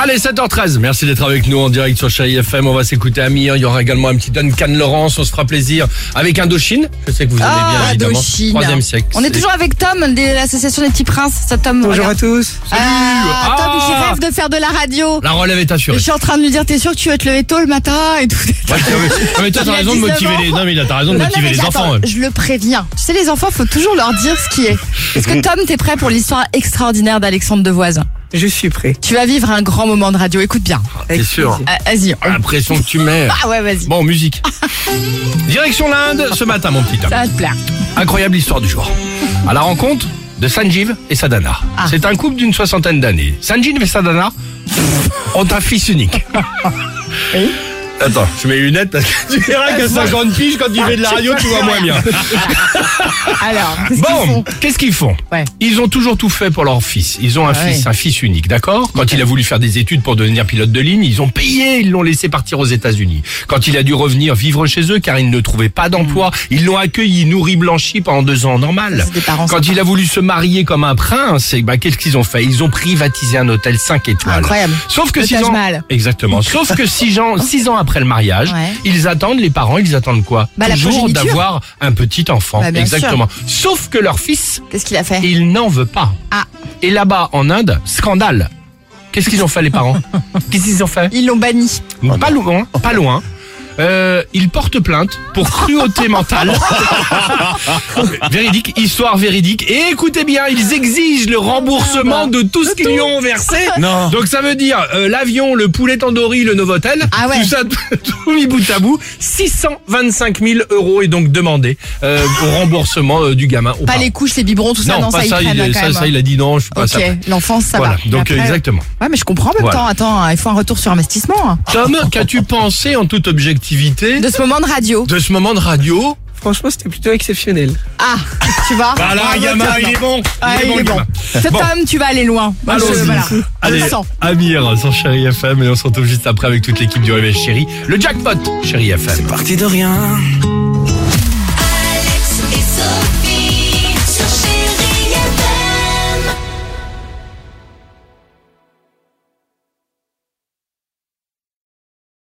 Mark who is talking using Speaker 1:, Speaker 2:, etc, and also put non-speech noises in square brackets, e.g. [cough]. Speaker 1: Allez, 7h13. Merci d'être avec nous en direct sur Chérie FM. On va s'écoter Amir. Il y aura également un petit Duncan Laurence. On se fera plaisir avec Indochine. Je sais que vous aimez bien,
Speaker 2: Ah,
Speaker 1: évidemment.
Speaker 2: Indochine.
Speaker 1: Troisième siècle.
Speaker 2: On est toujours avec Tom de l'association des petits princes. Ça, Tom.
Speaker 3: Bonjour
Speaker 2: regarde.
Speaker 3: à tous.
Speaker 2: Ah, Tom qui
Speaker 1: Ah.
Speaker 2: rêve de faire de la radio.
Speaker 1: La relève est
Speaker 2: Je [laughs]
Speaker 1: assurée.
Speaker 2: suis en train de lui dire, t'es sûr que tu veux te lever tôt le matin et tout.
Speaker 1: Ouais, c'est vrai. non, mais toi,
Speaker 2: Il
Speaker 1: t'as
Speaker 2: a
Speaker 1: raison de
Speaker 2: 19
Speaker 1: motiver
Speaker 2: ans.
Speaker 1: les, [laughs] non, mais t'as raison de
Speaker 2: Non, non,
Speaker 1: motiver
Speaker 2: mais
Speaker 1: les
Speaker 2: attends,
Speaker 1: enfants. hein. ouais.
Speaker 2: Je le préviens. Tu sais, les enfants, faut toujours leur dire ce qui est. Est-ce que Tom, t'es prêt pour l'histoire extraordinaire d'Alexandre Devoise
Speaker 3: Je suis prêt.
Speaker 2: Tu vas vivre un grand moment de radio. Écoute bien.
Speaker 1: T'es hein. sûr
Speaker 2: Ah, Vas-y.
Speaker 1: Ah, La pression que tu mets.
Speaker 2: Ah ouais, vas-y.
Speaker 1: Bon, musique. Direction l'Inde ce matin, mon petit Tom.
Speaker 2: Ça va te plaire.
Speaker 1: Incroyable histoire du jour. À la rencontre de Sanjiv et Sadhana.
Speaker 2: Ah.
Speaker 1: C'est un couple d'une soixantaine d'années. Sanjiv et Sadhana ont un fils unique. Attends, je mets les lunettes parce que tu verras qu'à 50 piges, quand tu fais de la radio, tu vois moins bien.
Speaker 2: Alors, qu'est-ce qu'ils
Speaker 1: Bon,
Speaker 2: font
Speaker 1: qu'est-ce qu'ils font
Speaker 2: Ouais.
Speaker 1: Ils ont toujours tout fait pour leur fils. Ils ont un
Speaker 2: Ah ouais.
Speaker 1: fils, un fils unique, d'accord Quand il a voulu faire des études pour devenir pilote de ligne, ils ont payé, ils l'ont laissé partir aux États-Unis. Quand il a dû revenir vivre chez eux car il ne trouvait pas d'emploi, ils l'ont accueilli, nourri, blanchi pendant deux ans, normal.
Speaker 2: Hmm. C'est des parents
Speaker 1: Quand
Speaker 2: sympas.
Speaker 1: il a voulu se marier comme un prince, et ben, qu'est-ce qu'ils ont fait Ils ont privatisé un hôtel 5 étoiles.
Speaker 2: Incroyable.
Speaker 1: Sauf que
Speaker 2: Le
Speaker 1: six
Speaker 2: Taj
Speaker 1: ans,
Speaker 2: Mahal.
Speaker 1: exactement. Sauf que six ans, six ans après le mariage,
Speaker 2: Ouais.
Speaker 1: ils attendent les parents. Ils attendent quoi
Speaker 2: Bah, la
Speaker 1: Toujours
Speaker 2: progéniture.
Speaker 1: d'avoir un petit enfant.
Speaker 2: Bah, bien sûr.
Speaker 1: exactement. Sauf que leur fils,
Speaker 2: Qu'est-ce qu'il a fait
Speaker 1: il n'en veut pas.
Speaker 2: Ah.
Speaker 1: Et là-bas, en Inde, scandale. Qu'est-ce qu'ils ont fait les parents Qu'est-ce qu'ils ont fait
Speaker 2: Ils l'ont banni.
Speaker 1: Pas loin, hein, pas loin. Euh, ils portent plainte pour cruauté mentale. véridique, histoire véridique. Et écoutez bien, ils exigent le remboursement
Speaker 2: Ah bah,
Speaker 1: de tout ce qu'ils lui ont
Speaker 2: [laughs]
Speaker 1: versé.
Speaker 3: Non.
Speaker 1: Donc ça veut dire euh, l'avion, le poulet tandoori, le Novotel,
Speaker 2: Ah ouais.
Speaker 1: tout ça [laughs] tout mis bout à bout, 625 000 euros est donc demandé euh, au remboursement euh, du gamin. aux
Speaker 2: Pas
Speaker 1: parents.
Speaker 2: les couches, les biberons, tout ça.
Speaker 1: non,
Speaker 2: Non,
Speaker 1: pas
Speaker 2: ça, ils
Speaker 1: ça,
Speaker 2: prennent
Speaker 1: il,
Speaker 2: quand
Speaker 1: ça,
Speaker 2: même. hein.
Speaker 1: ça, il a dit non, je suis pas ça.
Speaker 2: Ok, l'enfance, ça
Speaker 1: Voilà,
Speaker 2: va.
Speaker 1: donc
Speaker 2: Mais
Speaker 1: euh,
Speaker 2: après-
Speaker 1: exactement.
Speaker 2: Ouais, mais je comprends en même
Speaker 1: Voilà.
Speaker 2: temps. Attends, hein, il faut un retour sur investissement. hein.
Speaker 1: Tom,
Speaker 2: [laughs]
Speaker 1: qu'as-tu pensé en toute objectivité
Speaker 2: De ce moment de radio.
Speaker 1: de ce moment de radio
Speaker 3: Franchement, c'était plutôt exceptionnel.
Speaker 2: Ah, tu vois. Bravo, Tom.
Speaker 1: est bon,
Speaker 2: Ah, il est bon.
Speaker 1: gamin.
Speaker 2: Cet
Speaker 1: Bon.
Speaker 2: homme, tu vas aller loin. Moi, je-
Speaker 1: Allons-y.
Speaker 2: voilà. Je
Speaker 1: Allez,
Speaker 2: le sens.
Speaker 1: Amir sur Chéri FM et on se retrouve juste après avec toute l'équipe du Réveil Chéri. Le jackpot, Chéri FM.
Speaker 4: Parti de rien,